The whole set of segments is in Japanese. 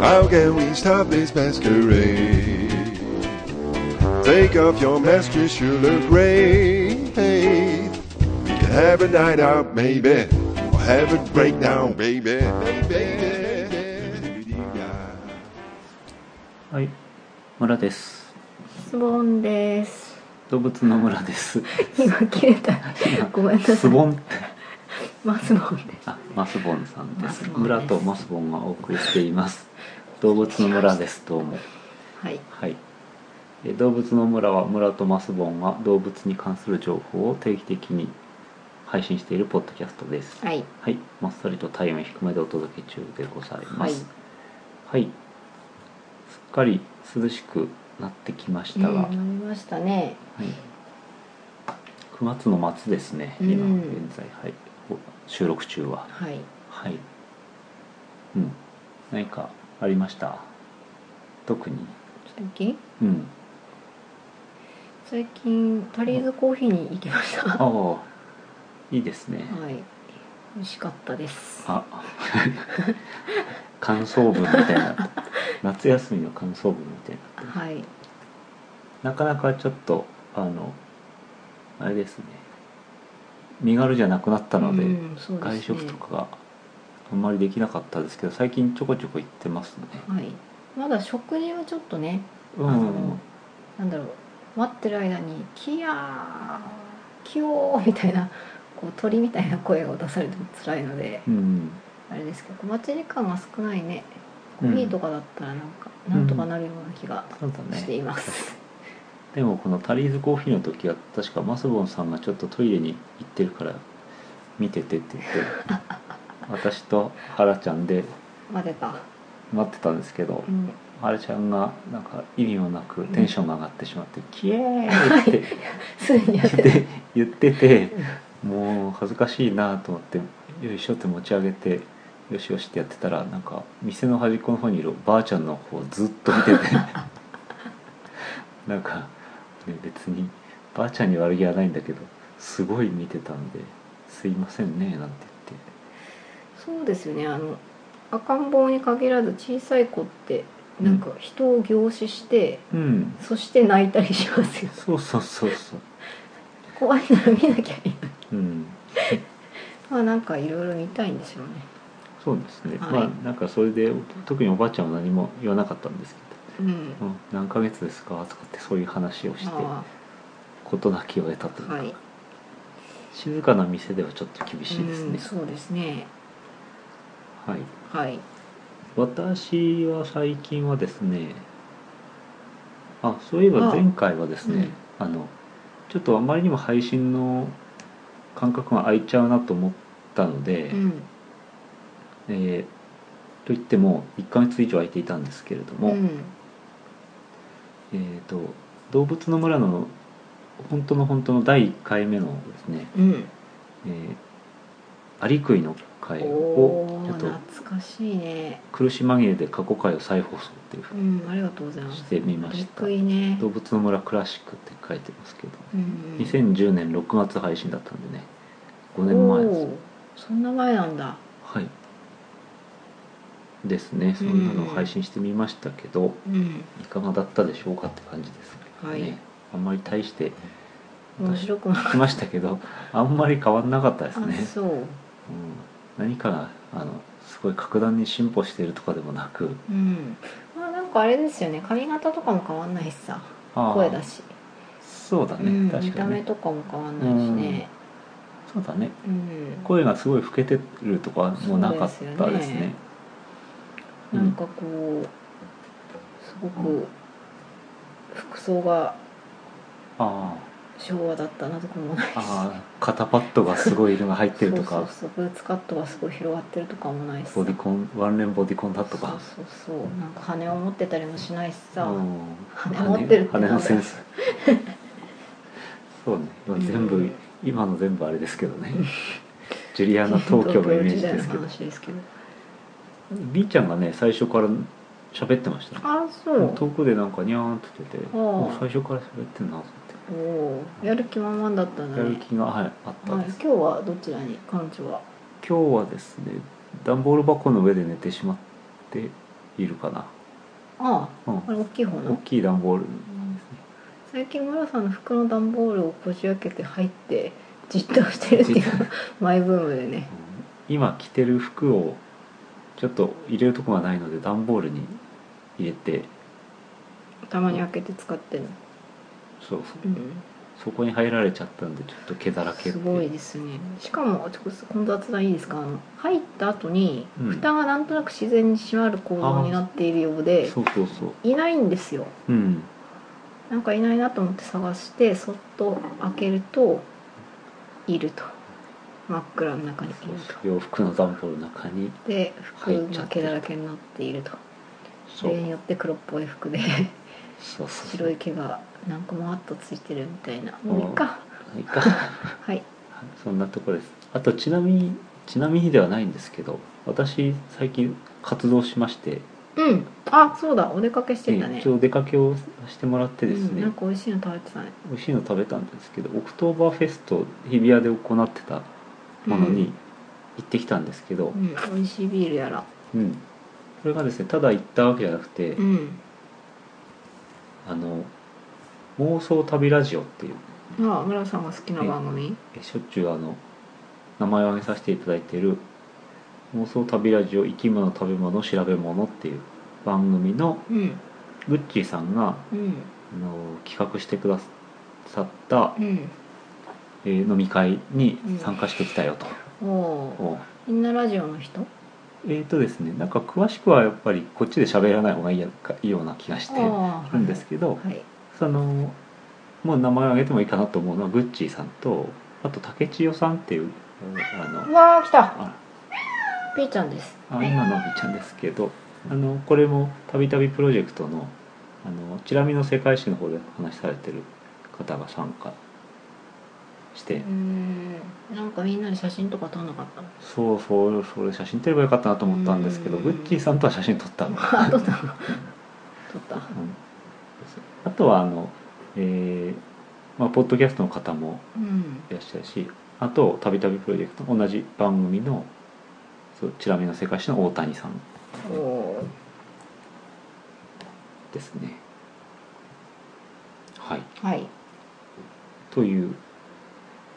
How can we stop this masquerade? Take off your mask, you should look great. We can have a night out, maybe, or have a breakdown, baby. baby. はい村ですスボンです。動物の村です 今切れた。ごめんなスさい。ボンって まあスボンです。あマスボンさんでマすスボンです村とマスボンがお送りしています動物の村ですどうもはい。はいえ動物の村は村とマスボンが動物に関する情報を定期的に配信しているポッドキャストですはい。はいまっさりと体温低めでお届け中でございまはいす。はい、すっかり涼しくなってきましたが、うんなりましたね。はい、9月の末ですね、うん今現在、はい、お収録中ははい。はいうん何かありました特に最近うん最近タリーズコーヒーに行きました。あはあいいですねい。美味しかったです。あ 感想文みたいな夏休みの感想文みたいになってるはい。なかなかちょっとあのあれですね身軽じゃなくなったので、うんそうですね外食とかがあんまりできなかったですけど最近ちょこちょこ行ってますねはい。まだ食事はちょっとね、うあんのなんだろう。待ってる間にキヤーキヨーみたいなこう鳥みたいな声を出されても辛いので。うんあれですけど待ち時間が少ないねコーヒーとかだったらなんか、なんとかなるような気がそうだしてねいます、でもこのタリーズコーヒーの時は確かマスボンさんがちょっとトイレに行ってるから見ててって言って 私とハラちゃんで待てた、待ってたんですけどうん、ハラちゃんがなんか意味もなくテンションが上がってしまって「キエーイ!」ってすでにや言っ ってて言ってるてもう恥ずかしいなと思ってよいしょって持ち上げてよしよしってやってたらなんか店の端っこの方にいるおばあちゃんの方をずっと見てて なんか、ね、別にばあちゃんに悪気はないんだけどすごい見てたんで「すいませんね」なんてそうですよねあの赤ん坊に限らず小さい子ってなんか人を凝視して、言ってうんそして泣いたりしますよそうそうそうそう怖いなら見なきゃいいうんまあなんかいろいろ見たいんでしょうねそうですね、はいまあなんかそれで特におばあちゃんは何も言わなかったんですうんけど「うん、何ヶ月ですか?」とかってそういう話をして。あ事なきを得たというあか、はい静かな店ではちょっと厳しいですうんね、そうですねはいはい私は最近はですねあそういえば前回はですねあのちょっとあまりにも配信の間隔が空いちゃうなと思ったので、うんえーといっても1ヶ月以上空いていたんですけれどうも、んえーと動物の村の本当の本当の第1回目のですね、うんえーアリクイの会をおちおょっと懐かしいね苦し紛れで過去回を再放送っていうふううん、ありがとうございまにすし。てみまびっしたくりね「動。物の村クラシック」って書いてますけどうん2010年6月配信だったんでね5年前おですお、そんな前なんだ。はいですねそんなのを配信してみましたけどうん、いかがだったでしょうかって感じですけどね、はいあんまり大して面白くなかっしましたけどあんまり変わんなかったでた。すあね、そう。うん、何かがあのすごい格段に進歩しているとかでもなくうん。まあなんかあれですよね。髪型とかも変わんないしさ、あー声だし、そうだうね、ん、確見かたに目ねとかも変わんないしね。そうだねうん。声がすごい老けてるとかもなかったですねうなんんかこうすごく服装があ昭和だったなとかもなあいし。ああ肩パッドがすごい色が入ってるとかそうそうそうブーツカットがすごい広がってるとかもないしさボディコンワンレンボディコンだとかそうそうそうなんか羽を持ってたりもしないしさ、うん羽持ってるってなんだ羽のセン スそうねまあ全部、うん今の全部あれですけどねジュリアナ東京のイメージですけど東京時代の話ですけど B ちゃんがね最初から喋ってましたねあそう遠くでなんかニャーンって言っててああもう最初から喋ってんなと思って。おおーやる気満々だったんだやるね気が、はい、あったんはでい今す、日はどちらに彼女は今日はですね段ボール箱の上で寝てしまっているかな、あうんあ、あれ大きい方大の。きい段ボール最近村さんの服の段ボールをこじ開けて入ってじっとしてるっていう マイブームでね今着てる服をちょっと入れるとこがないので段ボールに入れてたまに開けて使ってるの、、そうそううんそこに入られちゃったんでちょっと毛だらけってすごいですねしかもちょっとこの雑談いいですかあの入った後にうん蓋がなんとなく自然に閉まる構造になっているようで、そうそうそういないんですようんなんかいないなと思って探してそっと開けるといると真っ暗の中にいると洋服の段ボールの中にで入っ服ちゃがって毛るだらけになっているとそそうれによって黒っぽい服でそうそう白い毛が何個もあっとついてるみたいなうんもういいかいいかはい そんなとこですあとちなみにちなみにではないんですけど私最近活動しまして、うんあそうだお出かけしてたえね一応出かけをしてもらってですうん、ね、なんか美味しいの食べてたね美味しいの食べたんですけどオクトーバーフェスト日比谷で行ってたものに行ってきたんですけどう、ん、美味しいビールやらうんこれがですねただ行ったわけじゃなくて、うんあの妄想旅ラジオっていうあ村さんが好きな番組えしょっちゅうあの名前を挙げさせていただいている妄想旅ラジオ生き物食べ物調べ物っていう番組のうんグッチーさんがうんあの企画してくださったう、んえー飲み会に参加してきたよと。おおおみんなラジオの人えーとですね、なんか詳しくはやっぱりこっちで喋らない方がいいやかいいような気がしてああるんですけど、はいそのもう名前を挙げてもいいかなと思うのはグッチーさんとあと竹千代さんっていうあのうわー来たあピーちゃんですあ今のびちゃんですけどあのこれもたびたびプロジェクトの「あのチラ見の世界史」の方でお話しされてる方が参加しうて、んなんかみんなで写真とか撮んなかったのそうそうそれ写真撮ればよかったなと思ったんですけど、うんグッチーさんとは写真撮ったのあ撮ったの撮ったうんあとはあの、えーまあ、ポッドキャストの方もうんいらっしゃるしあとたびたびプロジェクト同じ番組の「そうチラ見の世界史」の大谷さんおおですね。はいーはいという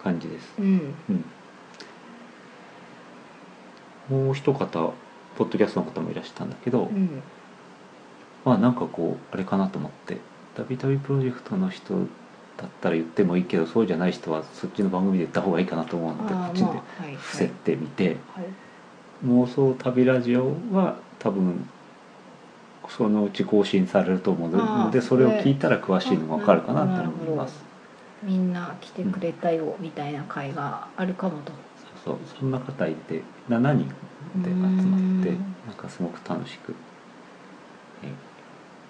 感じです。うんうん、もう一方ポッドキャストの方もいらしたんだけど、うんまあなんかこうあれかなと思って「たびたびプロジェクト」の人だったら言ってもいいけどそうじゃない人はそっちの番組で言った方がいいかなと思うあのでこっちーまであはい伏せてみて、はいはい妄想旅ラジオは多分そのうち更新されると思うのあでーそれを聞いたら詳しいのが分かるかなと思います。みんな来てくれたよみたいな会があるかもとそうそんな方いて7人で集まってうんなんかすごく楽しくえ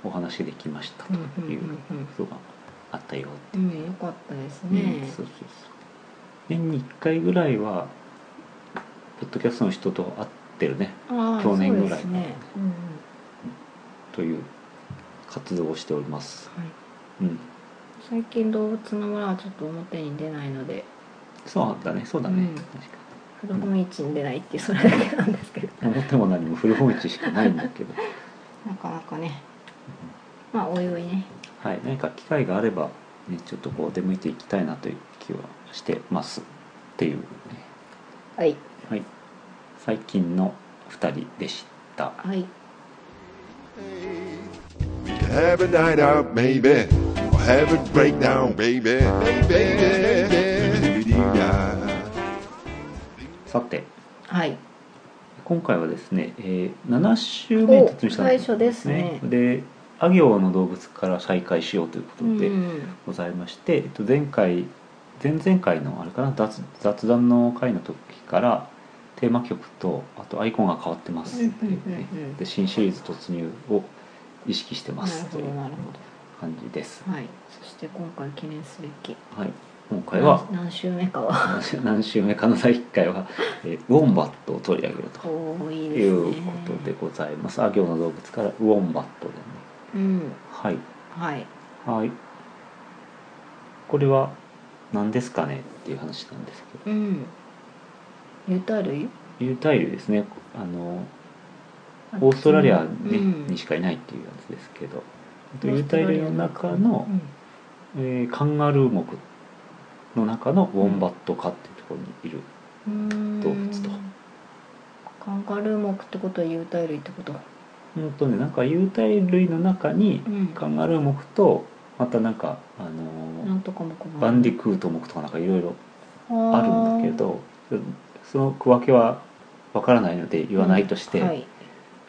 お話できましたということがあったよってういうんよかったですうんねそうそうそう年に1回ぐらいはポッドキャストの人と会ってるねああ去年ぐそらういですねうんうんという活動をしております、はいうん、最近動物の村はちょっと表に出ないのでそうだねそうだね、うん確か古本市に出ないっていうそれだけなんですけどに思っても何も古本市しかないんだけど なかなかねまあおいおいねはい何か機会があれば、ね、ちょっとこう出向いていきたいなという気はしてますっていうね、はいはい、最近の2人でしたはい Have a night out, baby. Or have a breakdown, baby. Baby. Dee-dee-da. さてはい今回はですね、えー7週目に突入したんお最初ですねであ行の動物から再開しようということでうんございまして、えっと、前回前々回のあれかな雑雑談の回の時からテーマ曲とあとアイコンが変わってますっていうねうんうんうんうんで新シリーズ突入を意識してますなるほとどいうなるほど感じです、はいそして今回記念すべきはい、今回は何何週目かは何週 何週目かの第1回は、えーウォンバットを取り上げるとおーいいですねいうことでございます。あ行の動物からウォンバットでね。うんはい。はいはい。これは何ですかねっていう話なんですけど。うん有袋類有袋類ですね。あの、オーストラリア、ねうんにしかいないっていうやつですけどあとオー有スト袋ラリア類の中のう、んえーカンガルー目の中のウォンバット科っていうところにいる、うーん動物とカンガルー目ってことは有袋類ってことうん、とねなんか有袋類の中にうんカンガルー目とまたなんかあのーなんとかもこもバンディクート目とかなんかいろいろああるんだけどその区分けはわからないので言わないとして、ーはい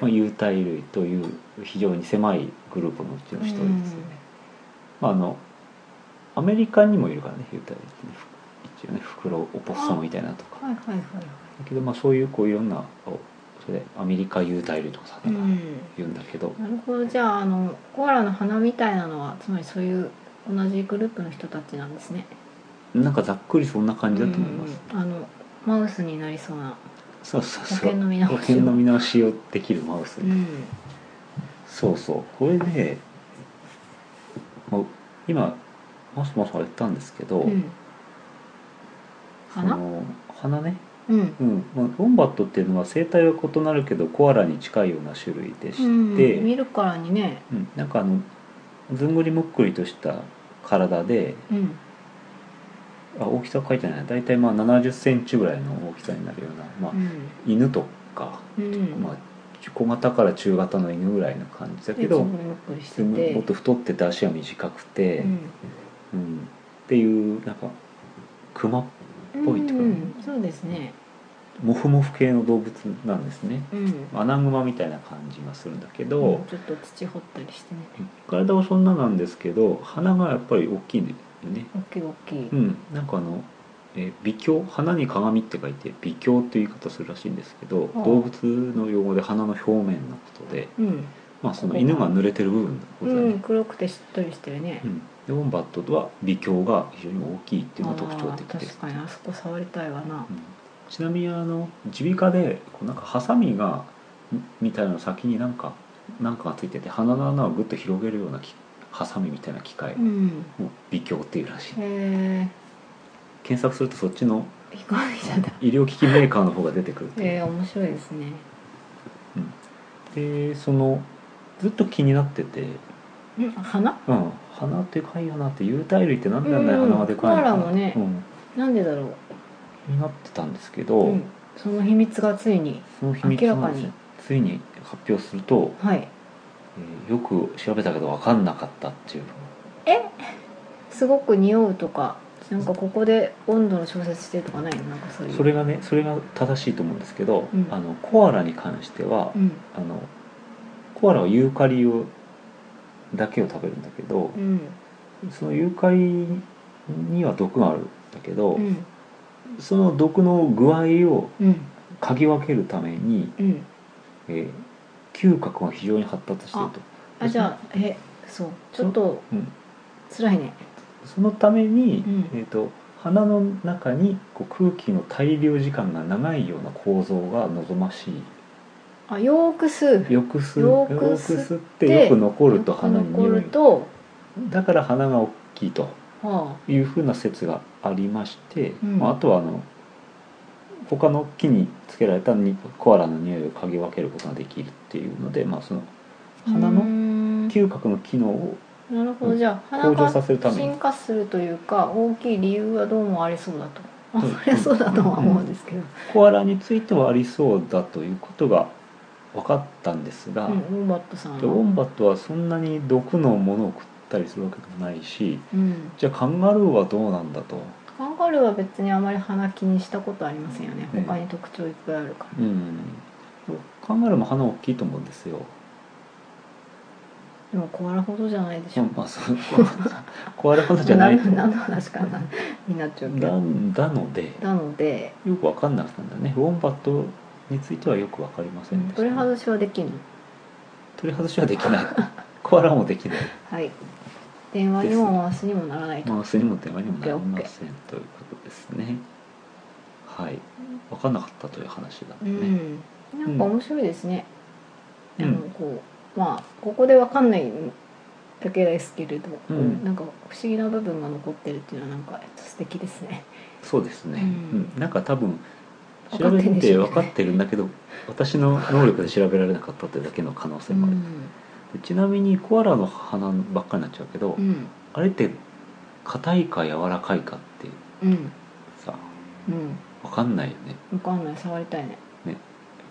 まあ、有袋類という非常に狭いグループのうちの一人ですよね、まあ、あのアメリカにもいるからね有袋類ってねふ一応ねフクロウオポッサムみたいなのとかはいはいはいはいだけど、まあ、そういうこういろんなおそれアメリカ有袋類とかさうなんかん言うんだけど、なるほどじゃああのコアラの花みたいなのはつまりそういう同じグループの人たちなんですねなんかざっくりそんな感じだと思います、うんあのマウスになりそうなそうそう保そう険の見保直し険をの見直しをできるマウス、うんそうそうこれでもう今マスマスが言ったんですけど、うんそ花の鼻ね、うんうんまあ、ウォンバットっていうのは生態は異なるけどコアラに近いような種類でして、うんうん見るからにねなんかあのずんぐりむっくりとした体でうんあ大きさ書いてない大体まあ7 0センチぐらいの大きさになるような、まあうん犬とか、うんまあ、小型から中型の犬ぐらいの感じだけどでずんぐりむっくりしでてもてもっと太ってて足は短くて。うんうん、っていうなんかクマぽいってことうんうんそうですねモフモフ系の動物なんですねうんアナグマみたいな感じがするんだけど、うんちょっと土掘ったりしてね体はそんななんですけど鼻がやっぱり大きいんだよね大きい大きいうんなんかあのえー鼻鏡鼻に鏡って書いて鼻鏡っていう言い方するらしいんですけど、ああ動物の用語で鼻の表面のことで、うんまあ、その犬が濡れてる部分のことだようんね、黒くてしっとりしてるねうんでウォンバットとは鼻鏡が非常に大きいっていうのが特徴的あーです確かにあそこ触りたいわなうんちなみにあの耳鼻科でこうなんかハサミがみみたいなの先になんかなんかがついてて鼻の穴をぐっと広げるようなきハサミみたいな機械うんを鼻鏡っていうらしい、へ検索するとそっちのえ飛行機じゃない医療機器メーカーの方が出てくるというえー、面白いですねでそのずっと気になってて、うん花うん、鼻でかいよなって有袋類ってなんであんなに鼻がでかいのかなうんコアラもねうん、なんでだろ気になってたんですけう、ど、うん、その秘密がついにその秘密明らがかですねについに発表すると、はいえーよく調べたけど分かんなかったっていうすごく匂うとかなんかここで温度の調節してるとかないのなんかそういうそれがねそれが正しいと思うんですけど、うんあのコアラに関しては、うんあのコアラはユーカリをだけを食べるんだけどう、んそのユーカリには毒があるんだけど、うんその毒の具合をうん嗅ぎ分けるために、うんえー嗅覚が非常に発達していると、あじゃあえそうちょっとうん、辛いねそのために、うんえー、と鼻の中にこう空気の滞留時間が長いような構造が望ましいあよーく吸うよく吸うよよくく吸って吸ってよく残ると鼻に残匂るいとだから鼻が大きいとはいうふうな説がありまして、うんまあ、あとはあの他の木につけられたにコアラの匂いを嗅ぎ分けることができるっていうので、まあ、そのあ鼻のうーん嗅覚の機能をなるほどじゃあ向鼻上さがせるために進化するというか大きい理由はどうもありそうだとあうん そりゃそうだとは思うんですけど、コアラについてはありそうだということが分かったんですが、うんウォンバットさんでウォは、ンバットはそんなに毒のものを食ったりするわけでもないしうん、じゃあカンガルーはどうなんだと。カンガルーは別にあまり鼻気にしたことありませんよねうん他に特徴いっぱいあるかうん、カンガルーも鼻大きいと思うんですよ。らでもコアラほどじゃないでしょ、まあ、そうコアラほどじゃないと何何の話かなになっちゃうけだどだのでなのでよく分かんなかったんだよねウォンバットについてはよく分かりませんでした、取り外しはできるの取り外しはできないコアラもできないはい電話にも回しにもならないとマウスにも電話にもなりませんということですねはい分かんなかったという話だうね、ん、なんか面白いですね、うんあのこうまあここでわかんないだけですけれど、こううんなんか不思議な部分が残ってるっていうのはなんか素敵ですね。そうですね、ううんんなんか多分調べ分かってんでてしょう分ねかってるんだけど私の能力で調べられなかったというだけの可能性うもある、んでちなみにコアラの鼻ばっかりになっちゃうけど、うんあれって硬いか柔らかいかってうんさうん分かんないよね分かんない触りたいね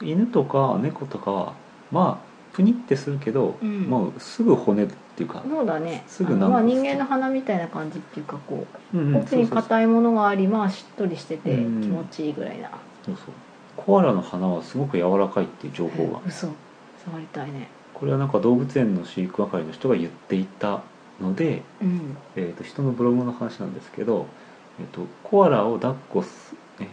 犬とか猫とかはまあプニってするけど、うんもうすぐ骨っていうか、そうだねすぐなあんかのまあ人間の鼻みたいな感じっていうかこううんうん奥にそうそう硬いものがありまあしっとりしてて気うん持ちいいぐらいなそうそうコアラの鼻はすごく柔らかいっていう情報が嘘触りたいねこれはなんか動物園の飼育係の人が言っていたので、うんえー、と人のブログの話なんですけど、えー、とコアラを抱っこすえ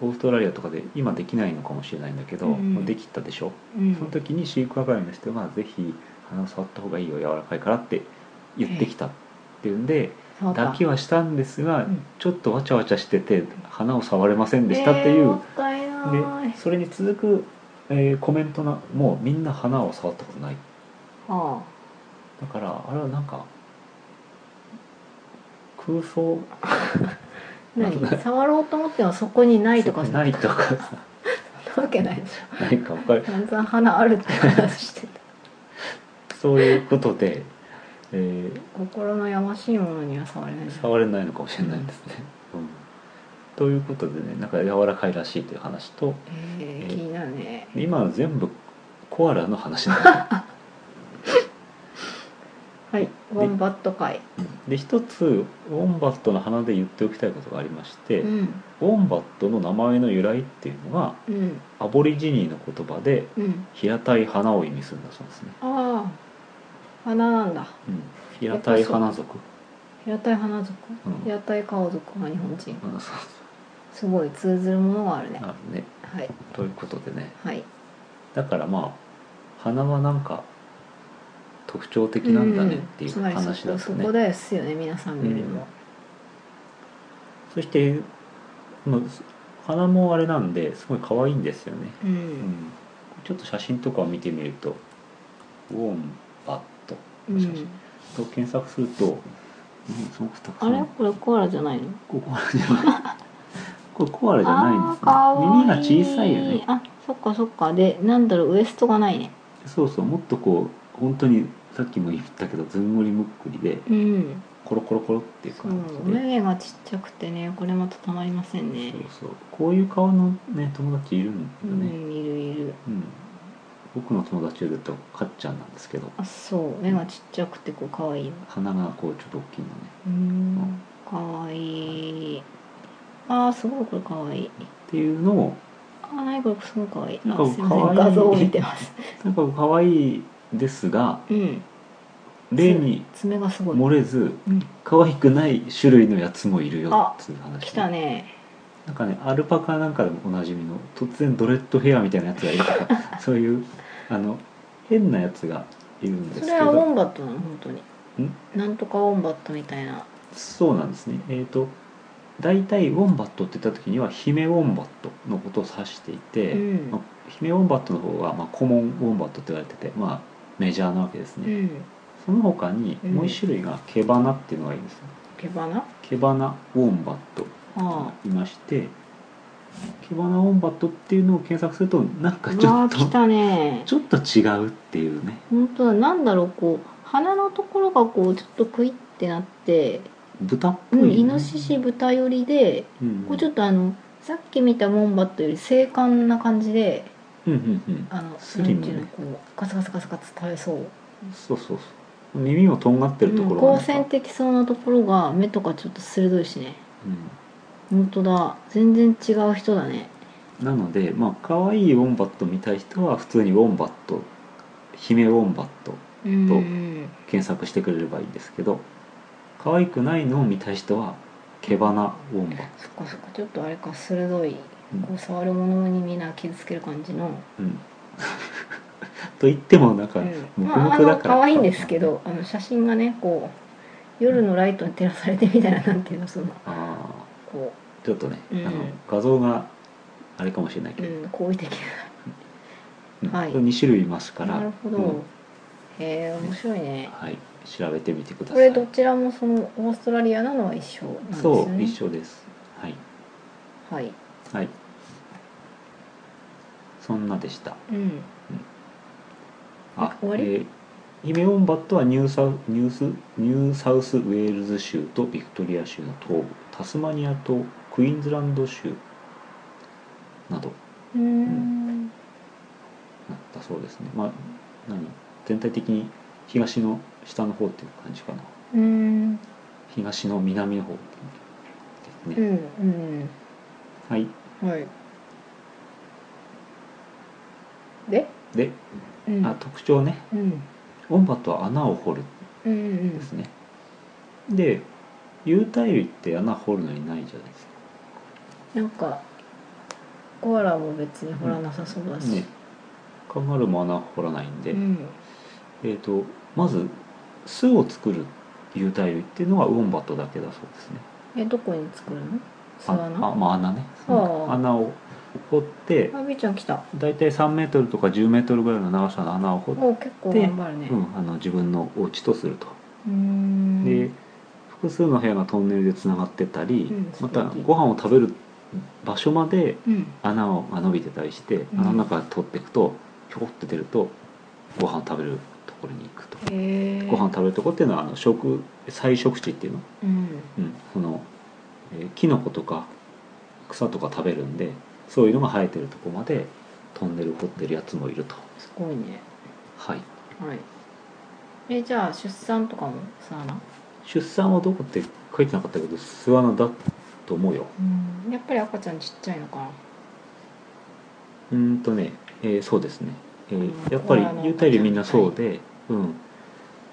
オーストラリアとかで今できないのかもしれないんだけど、うんもうできたでしょうんその時に飼育係の人がぜひ鼻を触った方がいいよ柔らかいからって言ってきたっていうんで触った抱きはしたんですが、うんちょっとわちゃわちゃしてて鼻を触れませんでしたっていえーうもったいないでそれに続く、えーコメントなもうみんな花を触ったことないあだからあれはなんか空想あ何触ろうと思ってもそこにないとかなさいとか さなわけないでし何かわかるょ散々花あるって話し てたそういうことで、えー心のやましいものには触れない触れないのかもしれないですね、うんということでねなんか柔らかいらしいという話とえー、気になるねで今の全部コアラの話なんではいウォンバット会すう んで一つウォンバットの鼻で言っておきたいことがありまして、うんウォンバットの名前の由来っていうのがうんアボリジニーの言葉でうん平たい花を意味するんだそうですね、ああ花なんだうん、平たい花族平たい花族、うん平たい顔族が日本人うんそうすごい通ずるものがあるねあるねはいということでねはいだからまあ花はなんか特徴的なんだねっていうつまり話そこだとそね、こですよね皆さんよりも、そして、まあ、花もあれなんですごい可愛いんですよね、うんうん、ちょっと写真とかを見てみるとウォンバットうんの写真と検索すると、うん、すごくたくさあんれこれコアラじゃないのこれコアラじゃない。 これコアラじゃないんですねあー。耳がかわい小さいよね。あそっかそっかでなんだろうウエストがないねそうそう、もっとこう、本当に、さっきも言ったけど、ずんぐりむっくりで、うんコロコロコロっていうそ感うおじで。目々がちっちゃくてねこれまたたまりませんねそうそう、こういう顔のね、友達いるんうだよね。んいるいるうん。僕の友達で言うと、かっちゃんなんですけど、あそう目がちっちゃくてこう可愛いわ鼻がこう、ちょっと大きいのね。うんかわいいあーすごいこれかわいいっていうのを、あーないこれすごいかわいいなんあかすいまかわいせんい画像を見てますなんか可愛いですが、うん例に爪がすごい、漏れず、うん、可愛くない種類のやつもいるよあっていう話。来たねなんかねアルパカなんかでもおなじみの突然ドレッドヘアみたいなやつがいるとかそういうあの変なやつがいるんでそすれけはウォどンバットなの本当になんとかウォンバットみたいなそうなんですねえっ、と大体ウォンバットって言った時にはヒメウォンバットのことを指していて、うんまあヒメウォンバットの方が、まあ、コモンウォンバットって言われてて、まあ、メジャーなわけですうね、んその他にうんもう一種類が毛花っていうのがいるんですよ毛鼻あ毛花ウォンバットあいまして毛花ウォンバットっていうのを検索するとなんかちうょわっーと来たねちょっと違うっていうね、本当だなんだろうこう鼻のところがこうちょっとクイってなって、豚っぽうい、ん、イノシシ、豚寄りでうん、こうちょっとあのさっき見たウォンバットより精悍な感じでうんうんうん、あのスリムねなんていうのこうガツガツガツガツ垂れそうそうそうそう耳もとんがってるところうんが好戦的そうなところが目とかちょっと鋭いしねうん本当だ全然違う人だねなのでまあ可愛いウォンバット見たい人は普通にウォンバット姫ウォンバットうんとうん検索してくれればいいんですけど可愛くないのを見たい人は毛花ウォンバット、そっかそっかちょっとあれか鋭いうんこう触るものにみんな傷つける感じの、うん と言ってもなんかうん、黙まああ々だのから、可愛いんですけどあの写真がねこう夜のライトに照らされてみたいななんていうのそのああこちょっとね、うんあの画像があれかもしれないけう、うど、ん、好意的うんはいこれ2種類いますかならなるほど、うんへえ面白いねはい、調べてみてくだこさいれどちらもそのオーストラリアなのは一緒なんですよそうね一緒ですはい、はいはい、そんなでしたうんあえ終わりえーイメオンバットはニューサウニュースニューサウスウェールズ州とビクトリア州の東部タスマニアとクイーンズランド州などうーんだったそうですねまあ何全体的に東の下の方っていう感じかなうーん東の南の方ですうね、んはいうんはいでで、うんあ特徴ねうんオンバットは穴を掘るうんうんですね、で有袋類って穴掘るのにないじゃないですかんなんかコアラも別に掘らなさそうだし、ね、カンガルーも穴掘らないんで、うんえー、とまず巣を作る有袋類っていうのはウォンバットだけだそうですねえどこに作るの巣ああ穴まあ穴ねあー穴を掘ってあみーちゃん来た大体3メートルとか10メートルぐらいの長さの穴を掘って、お結構頑張るねうん、あの自分のお家とすると、うーんで複数の部屋がトンネルでつながってたり、うんまた素敵ご飯を食べる場所までうん穴が伸びてたりして、うん穴の中取っていくとひょこって出るとご飯を食べるところに行くと、へえご飯食べるところっていうのはあの食菜食地っていうの,、うんうんそのえーキノコとか草とか食べるんでそういうのが生えてるところまでトンネルを掘ってるやつもいるとすごいねはいはいえじゃあ出産とかも巣穴出産はどこって書いてなかったけど巣穴だと思うようんやっぱり赤ちゃんちっちゃいのかなうーんとね、えーそうですね、えーうんやっぱりコアラの幽体類みんなそうで、うん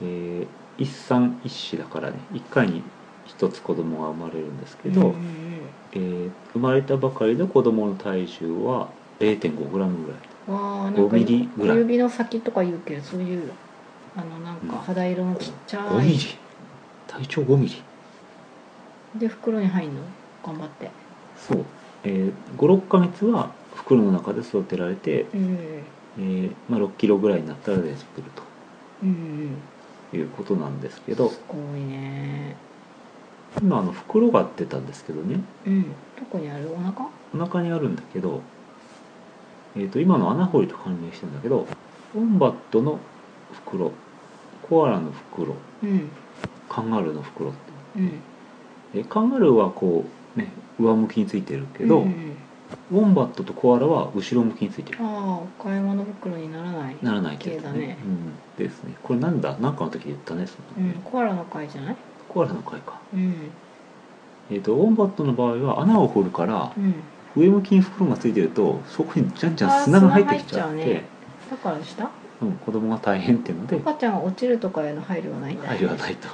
えー一産一子だからね一回に一つ子供が生まれるんですけど、うんうんえー生まれたばかりの子供の体重は 0.5g ぐらいうんわあなんか5ミリぐらい指の先とか言うけどそういうあのなんか肌色のちっちゃ5ミいリ体長5ミリで袋に入んの頑張ってそう、えー、56ヶ月は袋の中で育てられて、うんえーまあ、6キロぐらいになったら出てくるうんうんということなんですけどすごいね今あの袋が出たんですけどねうんどこにあるお腹お腹にあるんだけど、えー、と今の穴掘りと関連してるんだけどウォンバットの袋コアラの袋うんカンガルーの袋ってうんえカンガルーはこうね上向きについてるけど、うんうんウォンバットとコアラは後ろ向きについてるああお買い物袋にならないならないけど綺麗だねうん、ですねこれなんだなんかの時言ったねそのうんコアラの会じゃないコアラの回かうんえっ、とウォンバットの場合は穴を掘るからうん上向きに袋がついてるとそこにじゃんじゃん砂が入ってきちゃってあー砂入っちゃうねだから下うん、子供が大変っていうので赤ちゃんが落ちるとかへの配慮はないんだ入はないと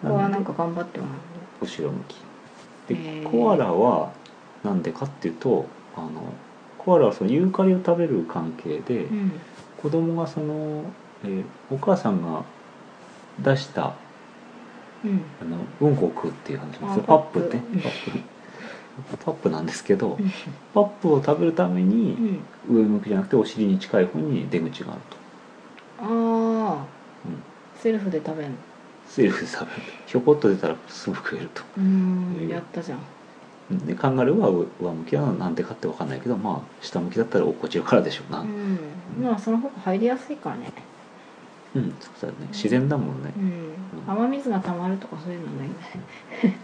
そこはなんか頑張ってもらう後ろ向きへでーコアラはなんでかっていうとあのコアラはそのユーカリを食べる関係で、うん子供がその、えーお母さんが出したうんあのうんこを食うっていう話なんですよあパップってねパップパップなんですけどうんパップを食べるためうにん上向きじゃなくてお尻に近い方に出口があるとああ、うんセルフで食べんのセルフで食べるひょこっと出たらすぐ食えるとうーんやったじゃんうんでカンガルーは上上向きはなんでかって分かんないけどまあ下向きだったらこちらからでしょうな、ううんんまあその方が入りやすいからねそうだね自然だもんねうん雨水が溜まるとかそういうのはないね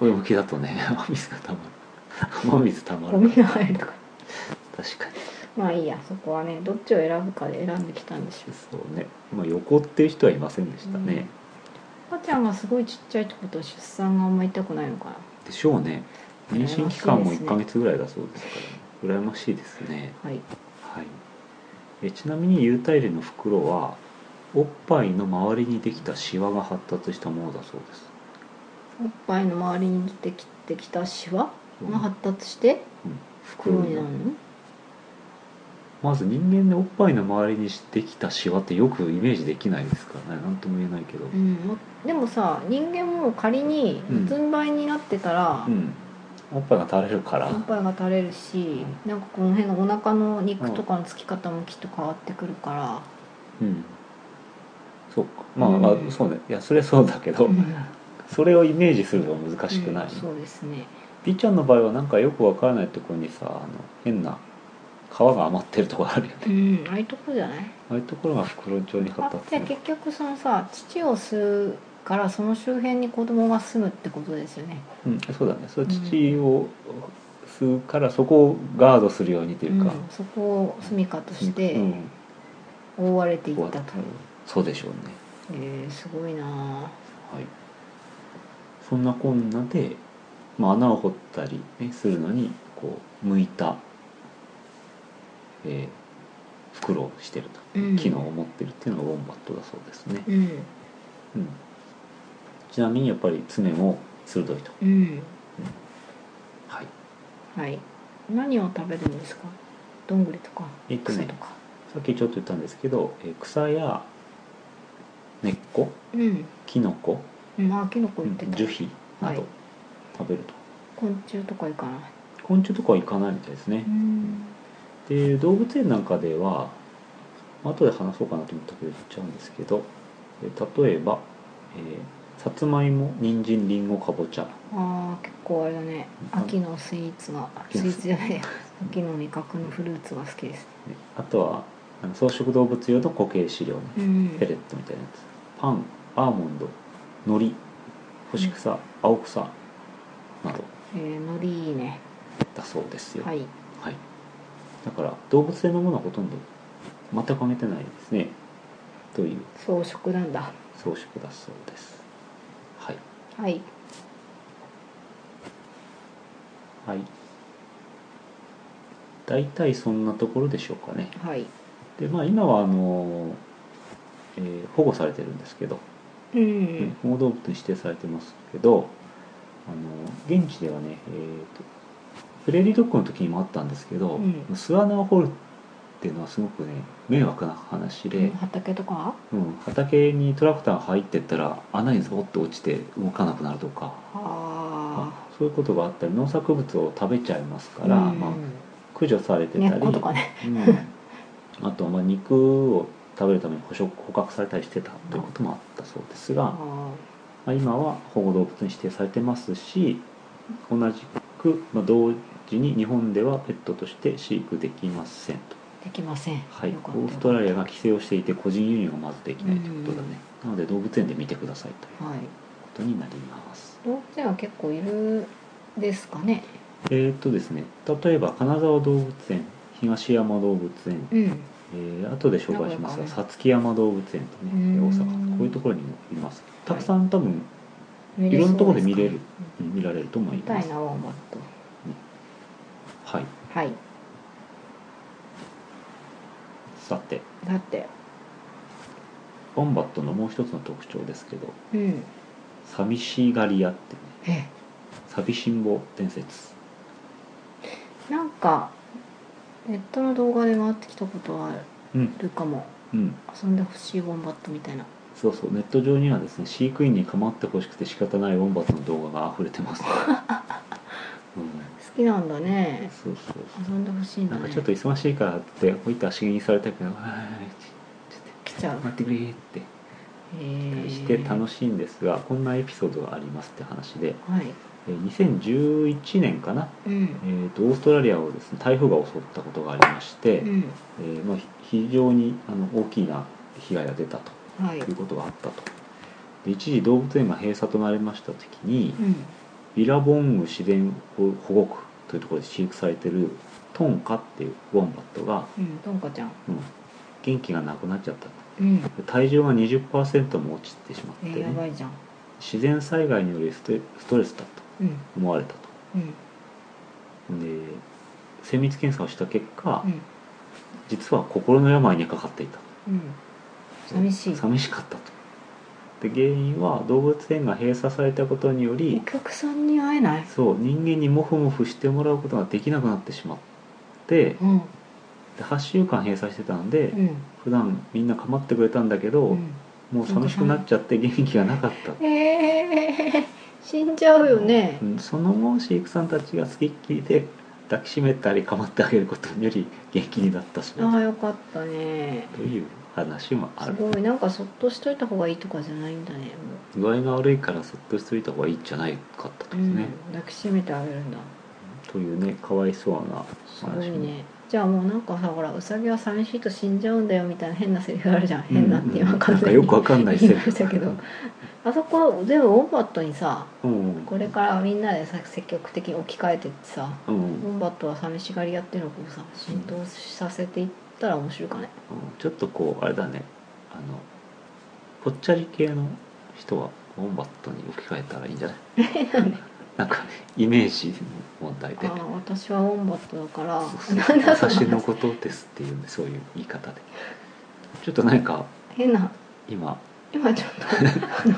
上向きだとね 雨水がたまる雨水たまゴるミが入るとか確かにまあいいやそこはねどっちを選ぶかで選んできたんでしょそうね、まあ、横っていう人はいませんでしたね、赤ちゃんがすごいちっちゃいってことは出産があんま痛くないのかなでしょうね妊娠期間も羨1ヶましいですね月ぐらいだそうですから、ね、羨ましいですねはいはいえちなみに有袋類の袋はおっぱいの周りにできたシワが発達したものだそうですおっぱいの周りに出てきてきたシワが発達してうん袋になるのまず人間でおっぱいの周りにできたシワってよくイメージできないですからね何とも言えないけど、うんでもさ人間も仮にうん四つん這いになってたら、うんおっぱいが垂れるからおっぱいが垂れるしなんかこの辺のお腹の肉とかのつき方もきっと変わってくるから、うんそうかまあまあ、うんそうねいやそれはそうだけど、うん それをイメージするのは難しくない、うんそうですねピーちゃんの場合はなんかよくわからないところにさあの変な川が余ってるところあるよねうんああいうとこじゃないああいうところが袋町に発あ達じすゃある結局そのさ父を吸うからその周辺に子供が住むってことですよねうんそうだねそう土を吸うからそこをガードするようにというか、ん、そこを住みかとしうてん覆われていこうっやたってと、そうでしょうねえー、すごいなはいそんなこんなで、まあ、穴を掘ったり、ね、するのにこう向いた、えー、袋をしてると、うん機能を持ってるっていうのがウォンバットだそうですねあ、うんうん、ちなみにやっぱり爪も鋭いとうんはいはい何を食べるんですかどんぐりとかえっと草ねとか、さっきちょっと言ったんですけど、えー草や根っこうんキノコうんあキノコう言っんてた樹皮などはい食べると、昆虫とか行かない昆虫とかは行かないみたいですね、うんで動物園なんかでは後で話そうかなと思ったけど言っちゃうんですけどえ例えば、えーさつまいも人参りんごかぼちゃあー結構あれだねうん秋のスイーツが秋スイのーツじゃないや秋の味覚のフルーツが好きですあとはあの草食動物用の固形飼料ねうんペレットみたいなやつパンアーモンド海苔干し草青草などえー、海苔いいねだそうですよ、はいはい、だから動物性のものはほとんど全くあげてないですねという装飾なんだ装飾だそうですはいはいはい大体そんなところでしょうかねはいでまあ今はあの、えー保護されてるんですけど、うん、保護動物に指定されてますけどあの現地ではね、えーとプレーリードッグの時にもあったんですけど、うん巣穴を掘るっていうのはすごくね迷惑な話で、畑とかうん、畑にトラクターが入ってったら穴にズボッと落ちて動かなくなるとかあそういうことがあったり農作物を食べちゃいますあから、まあ、駆除されてたり、根っことかねうん、あとはまあ肉を食べるために捕食捕獲されたりしてたということもあったそうですが、あーまあ、今は保護動物に指定されてますし同じく、まあ、同時に日本ではペットとして飼育できませんと。できませんはい、よオかったーストラリアが規制をしていて個人輸入がまずできないということだね、なので動物園で見てくださいというこはいとになります動物園は結構いるですかねえーっとですね例えば金沢動物園東山動物園、うんえー後で紹介しますが名古屋かさつき山動物園とねうん大阪こういうところにいますたくさん多分、見いろんなところで見れそうるすかねうん見られると思い見たまいすなワンバットはいはいさてだってボンバットのもう一つの特徴ですけどうん寂しがり屋ってねえ寂しん坊伝説なんかネットの動画で回ってきたことはうんあるかもうん遊んでほしいウォンバットみたいなそうそうネット上にはですね飼育員に構ってほしくて仕方ないウォンバットの動画が溢れて ます、うん、好きなんだねそうそうそ遊んでほしいんうなだんねかちょっと忙しいからってこういった足蹴にされたけど「はいちょ来ちゃっうと待ってくれ」ってへーして楽しいんですがこんなエピソードがありますって話ではいえー2011年かな、うんえー、とオーストラリアをですね台風が襲ったことがありまして、うんえーまあ、ひ非常にあの大きな被害が出たとはいいうことがあったとで一時動物園が閉鎖となりました時にうんビラボング自然保護区というところで飼育されてるトンカっていうウォンバットが、うんとんかちゃんうん、元気がなくなっちゃっうんた体重が20%も落ちてしまっえて、ー、やばね、いじゃん自然災害によるストレストレスだとうん思われたとうんで精密検査をした結果、うん実は心の病にかかっていたうん寂しい寂しかったとで原因は動物園が閉鎖されたことによりお客さんに会えないそう人間にモフモフしてもらうことができなくなってしまってうんで8週間閉鎖してたので、うん普段みんな構ってくれたんだけど、うんもう寂しくなっちゃって元気がなかったえー、死んじゃうよねうんその後飼育さんたちが好きっきりで抱きしめたり構ってあげることにより元気になったそうああでよかったねすという話もあするごいなんかそっとしといた方がいいとかじゃないんだね具合が悪いからそっとしといた方がいいんじゃないかったとうですんね、抱きしめてあげるんだというねかわいそうなすご話いもねじゃあもうなんかさほらウサギは寂しいと死んじゃうんだよみたいな変なセリフがあるじゃん変なって今な完んか全によくわかんない言いセましたけどあそこは全部ウォンバットにさうんこれからみんなでさ積極的に置き換えてってさうウんォンバットは寂しがり屋っていうのをこうさ浸透させていったら面白いかねちょっとこうあれだねあのぽっちゃり系の人はウォンバットに置き換えたらいいん じゃないなんかイメージの問題あであ私はウォンバットだからなんだそ私ののことですっていうそういう言い方でちょっと何か変な今今ちょっとあ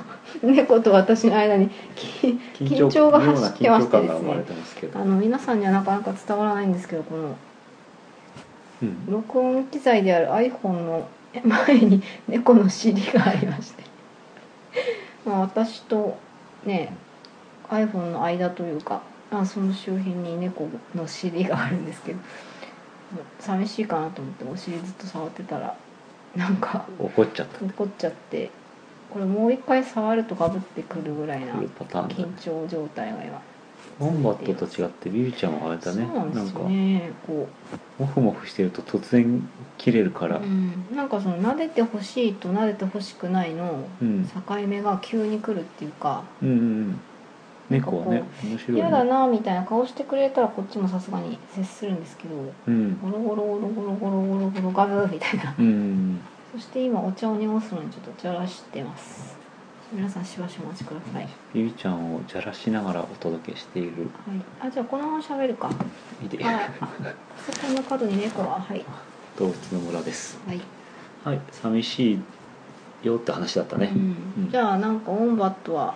の猫と私の間にき緊張が走ってまして緊張感ですねが生まれてますけどあの皆さんにはなかなか伝わらないんですけどこのうん録音機材である iPhone の前に猫の尻がありまして まあ私とね iPhone の間というかあその周辺に猫の尻があるんですけど寂しいかなと思ってお尻ずっと触ってたらなんか怒っちゃった怒っちゃってこれもう一回触るとかぶってくるぐらいなというパターンだね緊張状態が今ウォンバットと違ってビビちゃんはあれだねそうなんなでんすかよねこうモフモフしてると突然切れるからうん、なんかその撫でてほしいと撫でてほしくないのうん境目が急に来るっていうかうんうんうん猫はね面白い嫌だねなみたいな顔してくれたらこっちもさすがに接するんですけどうんゴロゴロゴロゴロゴロゴロゴロガブーみたいな うんそして今お茶を濁すのにちょっとじゃらしてます皆さんしばしお待ちください、はい、ビビちゃんをじゃらしながらお届けしているあじゃあこのまま喋るかはいいであそこの角に猫がはい動物の村ですはい、はい寂しいよって話だったねうんうんじゃあなんかオンバットは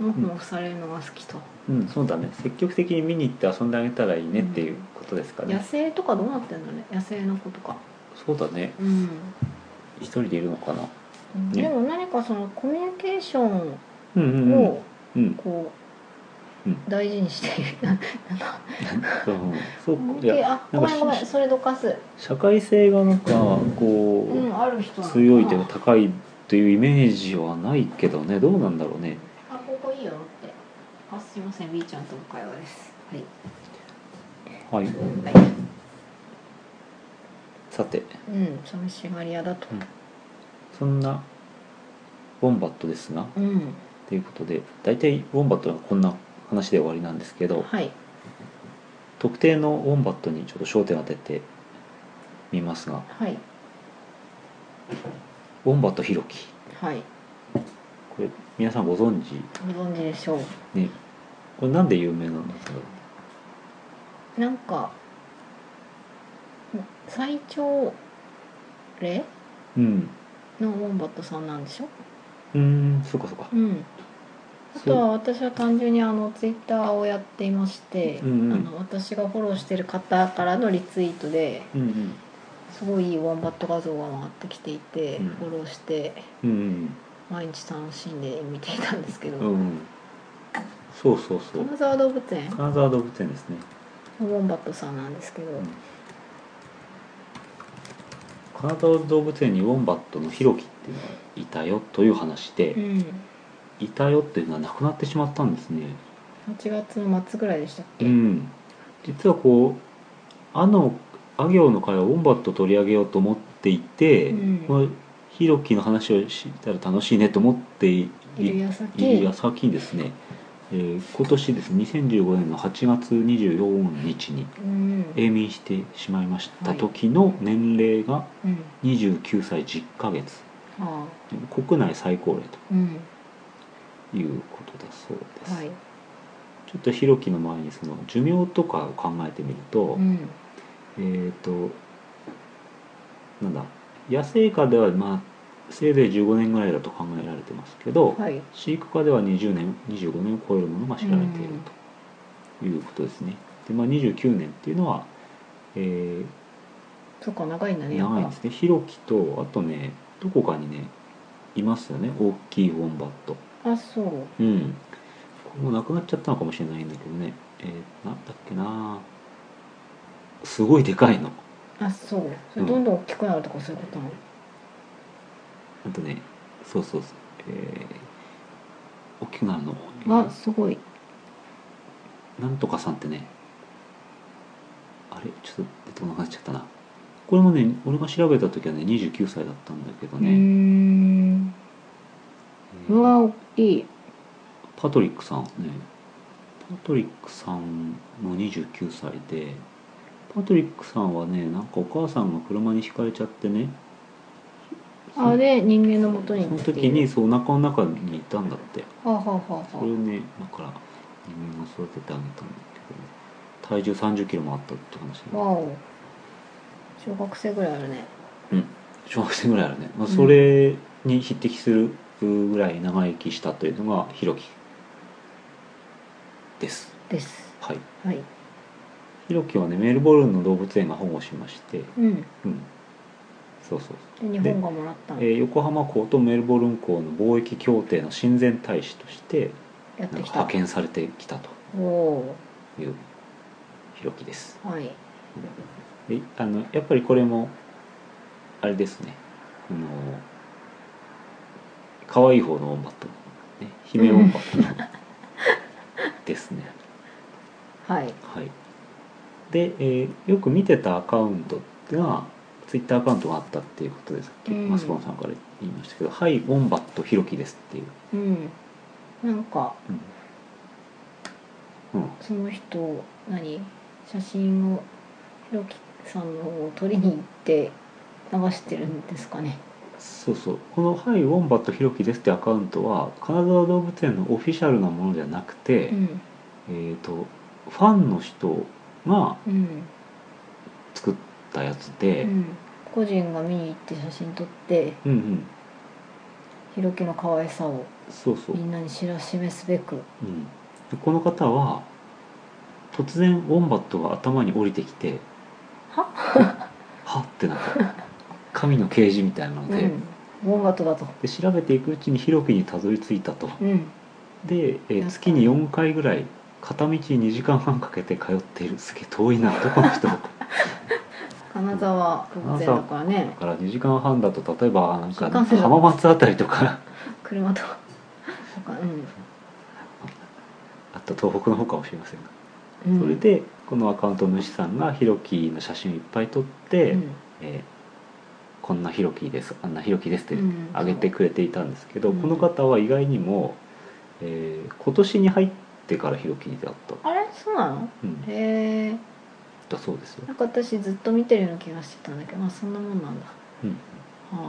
モフモフされるのが好きと、うんそうだね積極的に見に行って遊んであげたらいいねっていうことですか野ね生とかどうなってんだろうね野生の子とかそうだねうん、一人でいるのかなねでも何かそのコミュニケーションうんうんうんをうんこう、うん大事にしているなんかうんそうコミュニいケやあなんごかめんごめんそれどかす社会性がなんかこう、うんある人なのかな強いというか高いというイメージはないけどねどうなんだろうねあここいいよってあすいません B ちゃんとの会話ですははいいはいさてうん寂しがり屋だとそんなウォンバットですがうん、ということで大体ウォンバットはこんな話で終わりなんですけどはい特定のウォンバットにちょっと焦点を当ててみますがはいウォンバットヒロキはいこれ皆さんご存知ご存知でしょねこれなんで有名なんだろうなんか最長例ううんのウォンバットさんなんでしょうーんそうかそうかうん、あとは私は単純にあのツイッターをやっていまして、うんうんあの私がフォローしてる方からのリツイートでうんうんすごいいいワンバット画像が回ってきていて、うんフォローしてうん毎日楽しんで見ていたんですけど、うんうんそうそうそう金沢動物園金沢動物園ですねのウォンバットさんなんですけど、ん金沢動物園にウォンバットのヒロキっていうのがいたよという話で、うんいたよっていうのはなくなってしまったんですね8月の末ぐらいでしたっけ、うん実はこうあのあ行の会はウォンバットを取り上げようと思っていて、うんこのヒロキの話をしたら楽しいねと思っていいるい矢先る矢先にですね、えー今年ですね2015年の8月24日にうん永眠してしまいました時の年齢がうん29歳10ヶ月ああ国内最高齢うんということだそうです、はいちょっとヒロキの前にその寿命とかを考えてみると、うんえっ、となんだ野生下ではまあせいぜい15年ぐらいだと考えられてますけど、はい飼育下では20年25年を超えるものが知られているということですね、で、まあ、29年っていうのは、えーそうか長いんだねやっぱ長いんですねヒロキとあとねどこかにねいますよね大きいウォンバットあそううんこれもなくなっちゃったのかもしれないんだけどねえー、なんだっけなすごいでかいのあそうそれどんどん大きくなるとかそういうことなのあとねそうそうそうえー、大きくなるのあすごいなんとかさんってねあれちょっとベトナムになっちゃったなこれもね俺が調べた時はね29歳だったんだけどうーね、んうわ大きいパトリックさんねパトリックさんも29歳でパトリックさんはねなんかお母さんが車にひかれちゃってねあで人間のもとそにの来ている時にそうお腹の中にいたんだってはあ、はあはあそれはをねだから人間が育ててあげたんだけど体重3 0キロもあったって話あ、わお小学生ぐらいあるね小学生ぐらいあるね、まあ、うんそれに匹敵するぐらい長生きしたというのがひろきですですはいはいひろきはねメルボルンの動物園が保護しましてうんでうんそうそう、日本がもらったのえー横浜港とメルボルン港の貿易協定の親善大使としてやなんっかてきた派遣されてきたとおおいうひろきですーはいであのやっぱりこれもあれですねあの可愛い方のウォンバット、ね、姫ウォンバットの ですねはいはいで、えーよく見てたアカウントがツイッターアカウントがあったっていうことですっけ、うんマスボンさんから言いましたけど「はいウォンバットひろきです」っていう、うんなんかうんうんその人何写真をひろきさんの方を撮りに行って流してるんですかねそうそうこの「はいウォンバットひろきです」ってアカウントは金沢動物園のオフィシャルなものじゃなくて、うんえー、とファンの人がうん作ったやつで、ううん、ん個人が見に行って写真撮ってうんひろきの可愛さをそうそう、みんなに知らしめすべくうん、でこの方は突然ウォンバットが頭に降りてきては はってなんか神の啓示みたいなのうで,、んウォンバットだとで調べていくうちにヒロキにたどり着いたとうんで、えーやった月に4回ぐらい片道2時間半かけて通っているすげえ遠いなとこの人だ金沢動物園だからねから2時間半だと例えばなんか新幹線だ浜松あたりとか車と他うんあと東北の方かもしれませんが、うんそれでこのアカウント主さんがヒロキの写真をいっぱい撮って、うんえーこんなヒロキですあんなヒロキですってうんあげてくれていたんですけど、うんこの方は意外にも、えー今年に入ってからヒロキに出会った、あれそうなのうん、へえだそうですよ、なんか私ずっと見てるような気がしてたんだけどまあそんなもんなんだうん、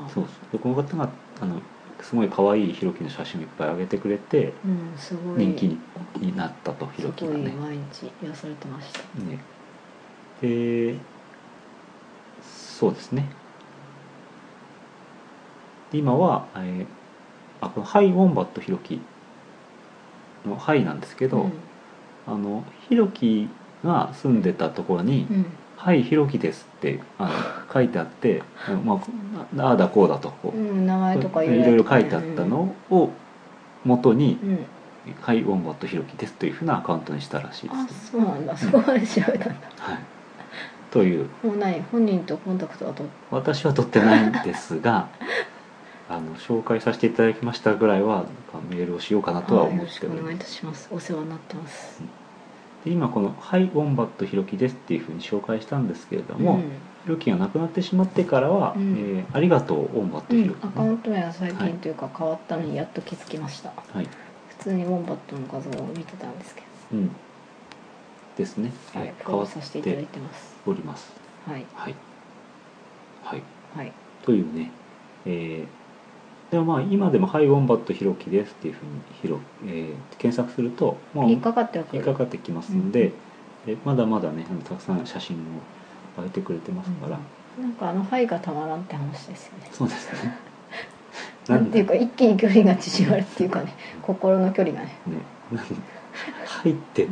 はあそうそうでこの方があのすごい可愛いヒロキの写真をいっぱいあげてくれてうんすごい人気にになったとヒすロキがごいね毎日癒されてましたねでそうですねで今は、えーあこの「ハイ・ウォンバット・ヒロキ」の「ハイ」なんですけど、うんあのヒロキが住んでたところにうん「はいヒロキです」ってあの書いてあって「あのまあ、なああだこうだと」こううん名前とかい由来とかねろいろ書いてあったのを元にうんうん「ハイ・ウォンバット・ヒロキです」というふうなアカウントにしたらしいであす、そうなんだそこまで調べたんだはい、というもうない本人とコンタクトは取っ私は撮ってないんです があの紹介させていただきましたぐらいはなんかメールをしようかなとははいよ思ろっしてくおおり願いいまたすしますお世話になってますで今この「はいウォンバットひろきです」っていうふうに紹介したんですけれども、うんひろきが亡くなってしまってからは「うんえーありがとうウォンバットうひろんき、アカウント名は最近というか変わったのにやっと気づきました、はい普通にウォンバットの画像を見てたんですけうん、ですね、ど、ははいい、、変変わわっさせていただいててますおりますはいはい、はい、はいというね、えーでもまあ今でも「はいウォンバットひろきです」っていうふうにひろ、えー検索すると、まあ、引っかかってはく引るっかかってきますので、えまだまだねあのたくさん写真を上げてくれてますから、なんかあの「はい」がたまらんって話ですよねそうです ねなんていうかか一気に距離が縮まるっていうかね心の距離がね ねなん入ってって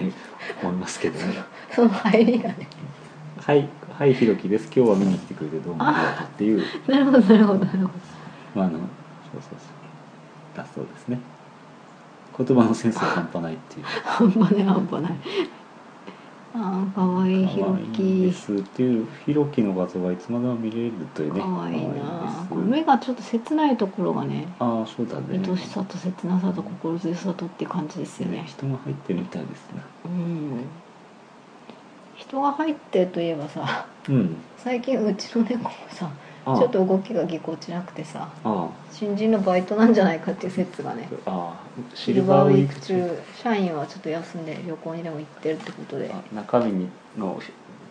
ね思いますけど ねその入りがね「はいはいひろきです今日は見に来てくれてどうもありがとう」って いうなるほどなるほどなるほまああのそうそうそうだそうですね言葉のセンスが半端ないっていうど半端ない半端ないああかわいいひろ可愛いできすっていうひろきの画像はいつまでも見れるというねかわいいな可愛このいです目がちょっと切ないところがねああそうだね愛しさと切なさと心強さとっていう感じですよね人が入ってるみたいですねうん一人が入ってといえばさ うん最近うちの猫もさああちょっと動きがぎこちなくてさあ新人のバイトなんじゃないかっていう説がねあああシシルルバーバーウウィーィークク中中社員はちょっと休んで旅行にでも行ってるってことで、あ中身の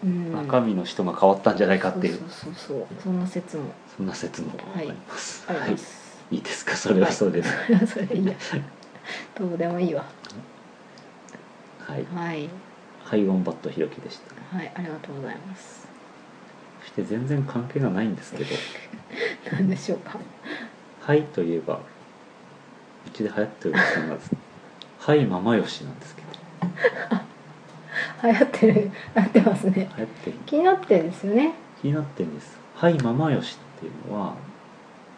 うん、中身の人が変わったんじゃないかっていうそうそうそうそうそんな説もそんな説もあはいりますあはりいます、いいですかそれはそうです それでいいやどうでもいいわはいはいハイウォンバットひろきでしたはいありがとうございますそして全然関係がないんですけど何でしょうかはいといえばうちで流行ってるおじさんがですね「はいママよし」なんですけど流行ってる流行ってますね流行ってる気になってるんですよね気になってるんです「はいママよし」っていうのは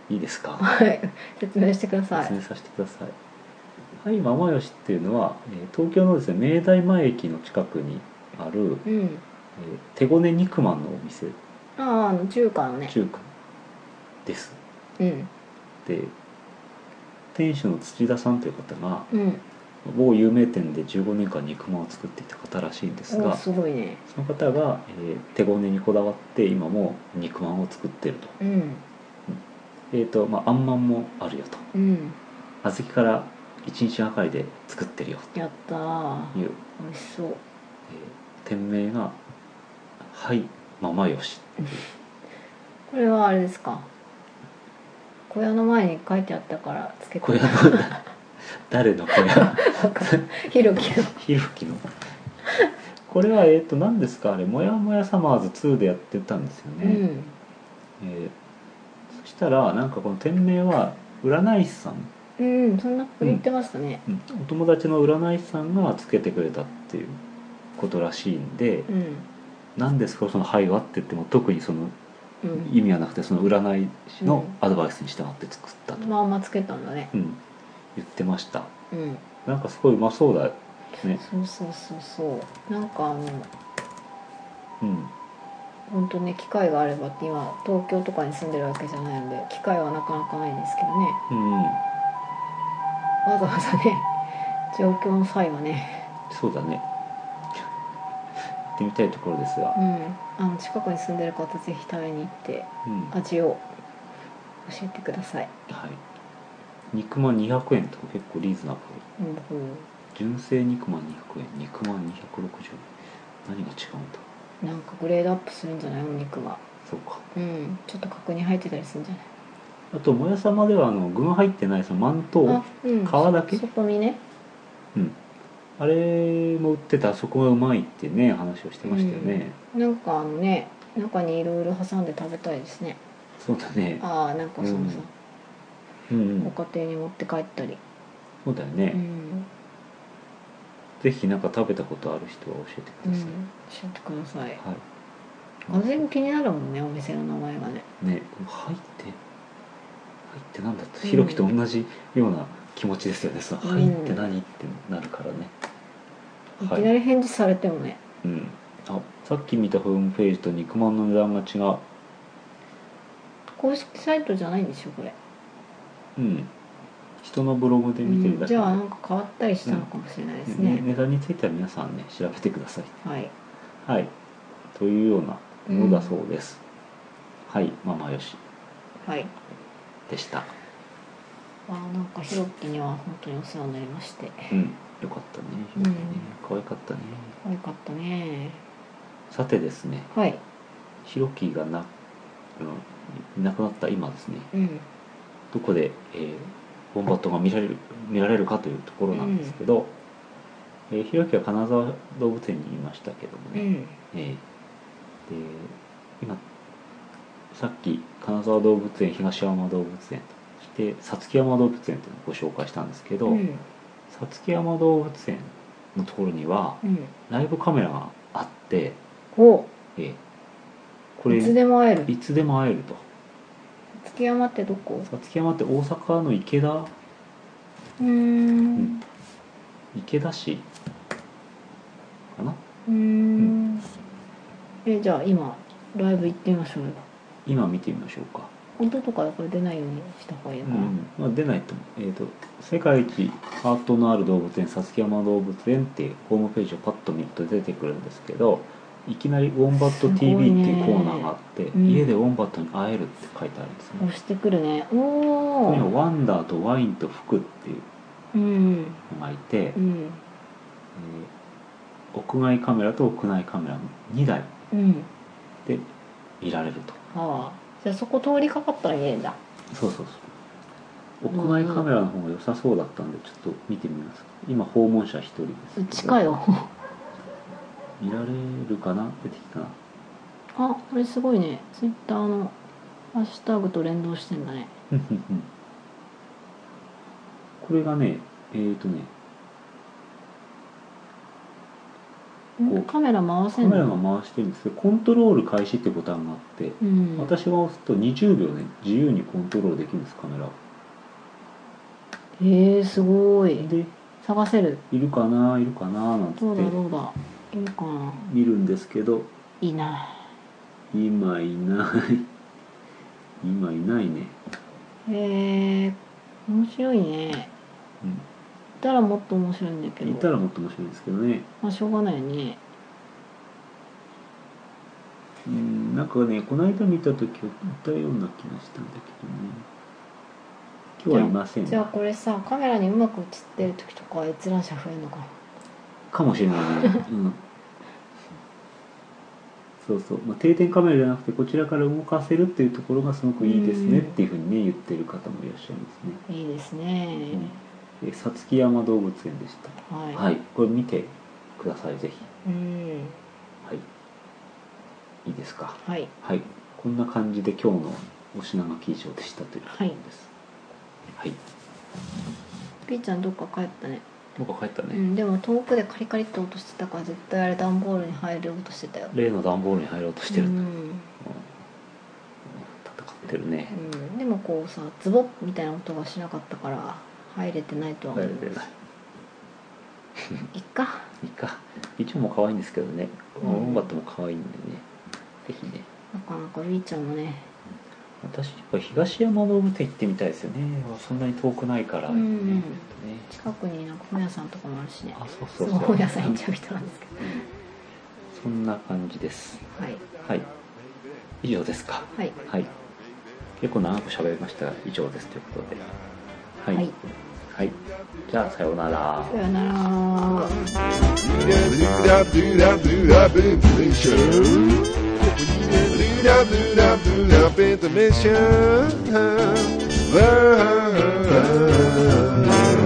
いいですかはい説明してくださ説い明させてください「はいママよし」っていうのは、えー東京のですね明大前駅の近くにある、えうんー手ごね肉まんのお店あああの中華のね中華ですうんで店主の土田さんという方がうん某有名店で15年間肉まんを作っていた方らしいんですおがすごいねその方が、えー手ごねにこだわって今も肉まんを作ってると,、うんえーとまあ、あんまんもあるよとうん小豆から1日がかりで作ってるよやったーという、美味しそうえー店名が「はいママよしこれはあれですか小屋の前に書いてあったからつけ」て小屋 の 誰の小屋ひろきのひろきのこれはえっ、と何ですかあれ「もやもやサマーズ2」でやってたんですよ うね、んえーそしたらなんかこの店名は占い師さんうんそんなこと言ってましたねうんお友達の占い師さんがつけてくれたっていうことらしいんでうん何ですかその「はい」はって言っても特にそのうん意味はなくてその占い師のアドバイスに従って作ったと、まあまあつけたんだねうん、言ってましたうんなんかすごいうまそうだねそうそうそうそうなんかあのうん本当ね機会があればって今東京とかに住んでるわけじゃないので機会はなかなかないんですけどねうんわざわざね 上京の際はねそうだね行ってみたいところですがう、んあの近くに住んでる方ぜひ食べに行ってうんは味を教えてくださいい、肉まん200円とか結構リーズナブルうん純正肉まん200円肉まん260円何が違うんだなんかグレードアップするんじゃないお肉はそうかうんちょっと角に入ってたりするんじゃないあともやさまではあの具が入ってないそのマントウあうん皮だけそこにねあれも売ってたあそこがうまいってね話をしてましたよね、なんかあのね中にいろいろ挟んで食べたいですねそうだねああなんかそうさ、うん、うん、ご家庭に持って帰ったりそうだようね、ん、ぜひなんか食べたことある人は教えてくうん、だ教さい、えてくださいはあ全部気になるもんねお店の名前がねいね入って入ってなんだっうてんひろきと同じような気持ちですよねそのうん入って何ってなるからね、いはきなり返事されてもね、うん、あさっき見たホームページと肉まんの値段が違う公式サイトじゃないんでしょこれ、うん人のブログでう見てるんだけじゃあなんか変わったりしたのかもしれないですねね、値段については皆さんね調べてくださいはいはいというようなものだそうです、はいママよしはいでしたあーなんかひろきには本当にお世話になりましてうんよかったねひろきね、可愛かったね可愛かったねさてですねはいひろきがな、うん、いなくなった今ですねうんどこで、えーボンバットが見られる見られるかというところなんですけど、えーひろきは金沢動物園にいましたけどもうね、んえーで今さっき金沢動物園東山動物園そしてさつき山動物園というのをご紹介したんですけどうんさつき山動物園のところにはうんライブカメラがあって、おえーこれいつでも会えるいつでも会えると月山ってどこさつき山って大阪の池田うーん池田市かなうーんえじゃあ今ライブ行ってみましょうよ今見てみましょうか、音とかだから出ないようにした方がいいのかな、まあ、出ないと思う、えーと「世界一ハートのある動物園さつき山動物園」っていうホームページをパッと見ると出てくるんですけどいきなり「ウォンバット TV」っていうコーナーがあって、すごいねうん家でウォンバットに会えるって書いてあるんですね押してくるねおここにはおワンダーとワインと服っていううんのがいて、うえんー屋外カメラと屋内カメラの2台うんで見られるとああじゃあそこ通りかかったら見えるんだそうそうそう屋外カメラの方が良さそうだったんでちょっと見てみます今訪問者1人ですうちかよ見られるかな出てきたな あこれすごいねツイッターのハッシュタグと連動してんだねうんうんうんこれがねえっ、ー、とねんおカメラ回カせんメラのが回してるんですけどコントロール開始ってボタンがあってうん私が押すと20秒で自由にコントロールできるんですカメラをへえすごいで探せるいるかないるかななんつどっうてだどうだいいかな見るんですけどいいな今いない今いないね、へえ面白いねういたらもっと面白いんだけん、どいたらもっと面白いんですけどねまあしょうがないよねうんなんかねこの間見た時はいたような気がしたんだけどね今日はいませんじゃあこれさカメラにうまく映ってる時とか閲覧者増えるのかなかもしれないね、 うん、そうそう、まあ、定点カメラじゃなくてこちらから動かせるっていうところがすごくいいですねうっんていうふうにね言ってる方もいらっしゃいますねいいですね、えーさつき山動物園でしたはい、はいこれ見てくださいぜひうんはいいいですかはいはいこんな感じで今日のお品書き以上でしたということですはい、ピーちゃんどっか帰ったねなんか帰ったうね、んでも遠くでカリカリって音してたから絶対あれ段ボールに入ろうとしてたよ例の段ボールに入ろうとしてる、ううんん、戦ってるねうん、でもこうさズボッみたいな音がしなかったから入れてないとは帰思れうてないいっかいいか一応も可愛いんですけどねうオんンバットも可愛いんでねぜひねなかなかピーちゃんもね私やっぱ東山動物園行ってみたいですよねそんなに遠くないから、うねんね近くになんか本屋さんとかもあるしねあそうすそうごいそう本屋さん行っちゃう人なんですけそんな感じですどはいはい以上ですかはいはい結構長く喋りましたが以上ですということではいはいはいじゃあさようならさよなら Intermission.